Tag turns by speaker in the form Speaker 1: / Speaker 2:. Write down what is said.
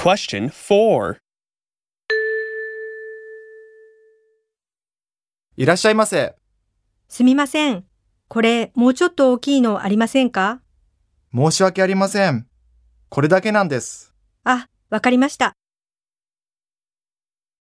Speaker 1: Question 4.
Speaker 2: いらっしゃいませ。
Speaker 3: すみません。これ、もうちょっと大きいのありませんか
Speaker 2: 申し訳ありません。これだけなんです。
Speaker 3: あ、わかりました。